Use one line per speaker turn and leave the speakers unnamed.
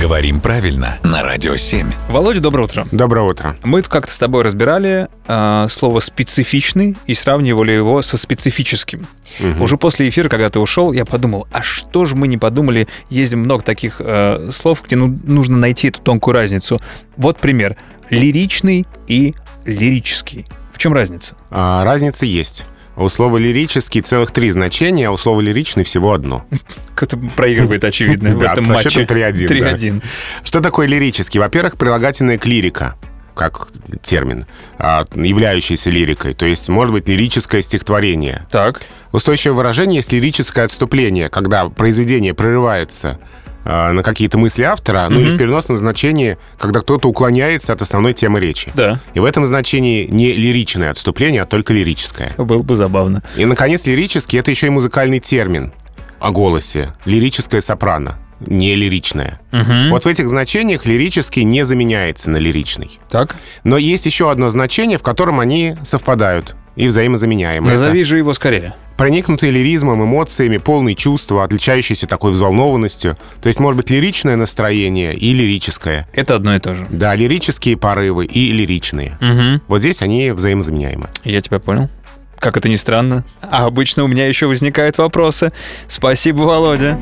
Говорим правильно на Радио 7.
Володя, доброе утро.
Доброе утро.
Мы тут как-то с тобой разбирали э, слово «специфичный» и сравнивали его со «специфическим».
Мгм.
Уже после эфира, когда ты ушел, я подумал, а что же мы не подумали, есть много таких э, слов, где ну- нужно найти эту тонкую разницу. Вот пример. Лиричный и лирический. В чем разница?
А, разница есть. У слова «лирический» целых три значения, а у слова «лиричный» всего одно.
Кто-то проигрывает, очевидно, в
Да,
этом
со
матче.
счетом 3:1, да.
3-1.
Что такое лирический? Во-первых, прилагательное к лирика, как термин, а, являющийся лирикой. То есть, может быть, лирическое стихотворение.
Так.
Устойчивое выражение есть лирическое отступление, когда произведение прерывается а, на какие-то мысли автора, ну или в переносном значении, когда кто-то уклоняется от основной темы речи.
Да.
И в этом значении не лиричное отступление, а только лирическое.
Было бы забавно.
И, наконец, лирический — это еще и музыкальный термин о голосе. Лирическое сопрано, не лиричное. Вот в этих значениях лирический не заменяется на лиричный.
Так.
Но есть еще одно значение, в котором они совпадают и взаимозаменяемы.
Назови же его скорее.
Это проникнутый лиризмом, эмоциями, полный чувства, отличающийся такой взволнованностью. То есть, может быть, лиричное настроение и лирическое.
Это одно и то же.
Да, лирические порывы и лиричные.
Угу.
Вот здесь они взаимозаменяемы.
Я тебя понял. Как это ни странно. А обычно у меня еще возникают вопросы. Спасибо, Володя.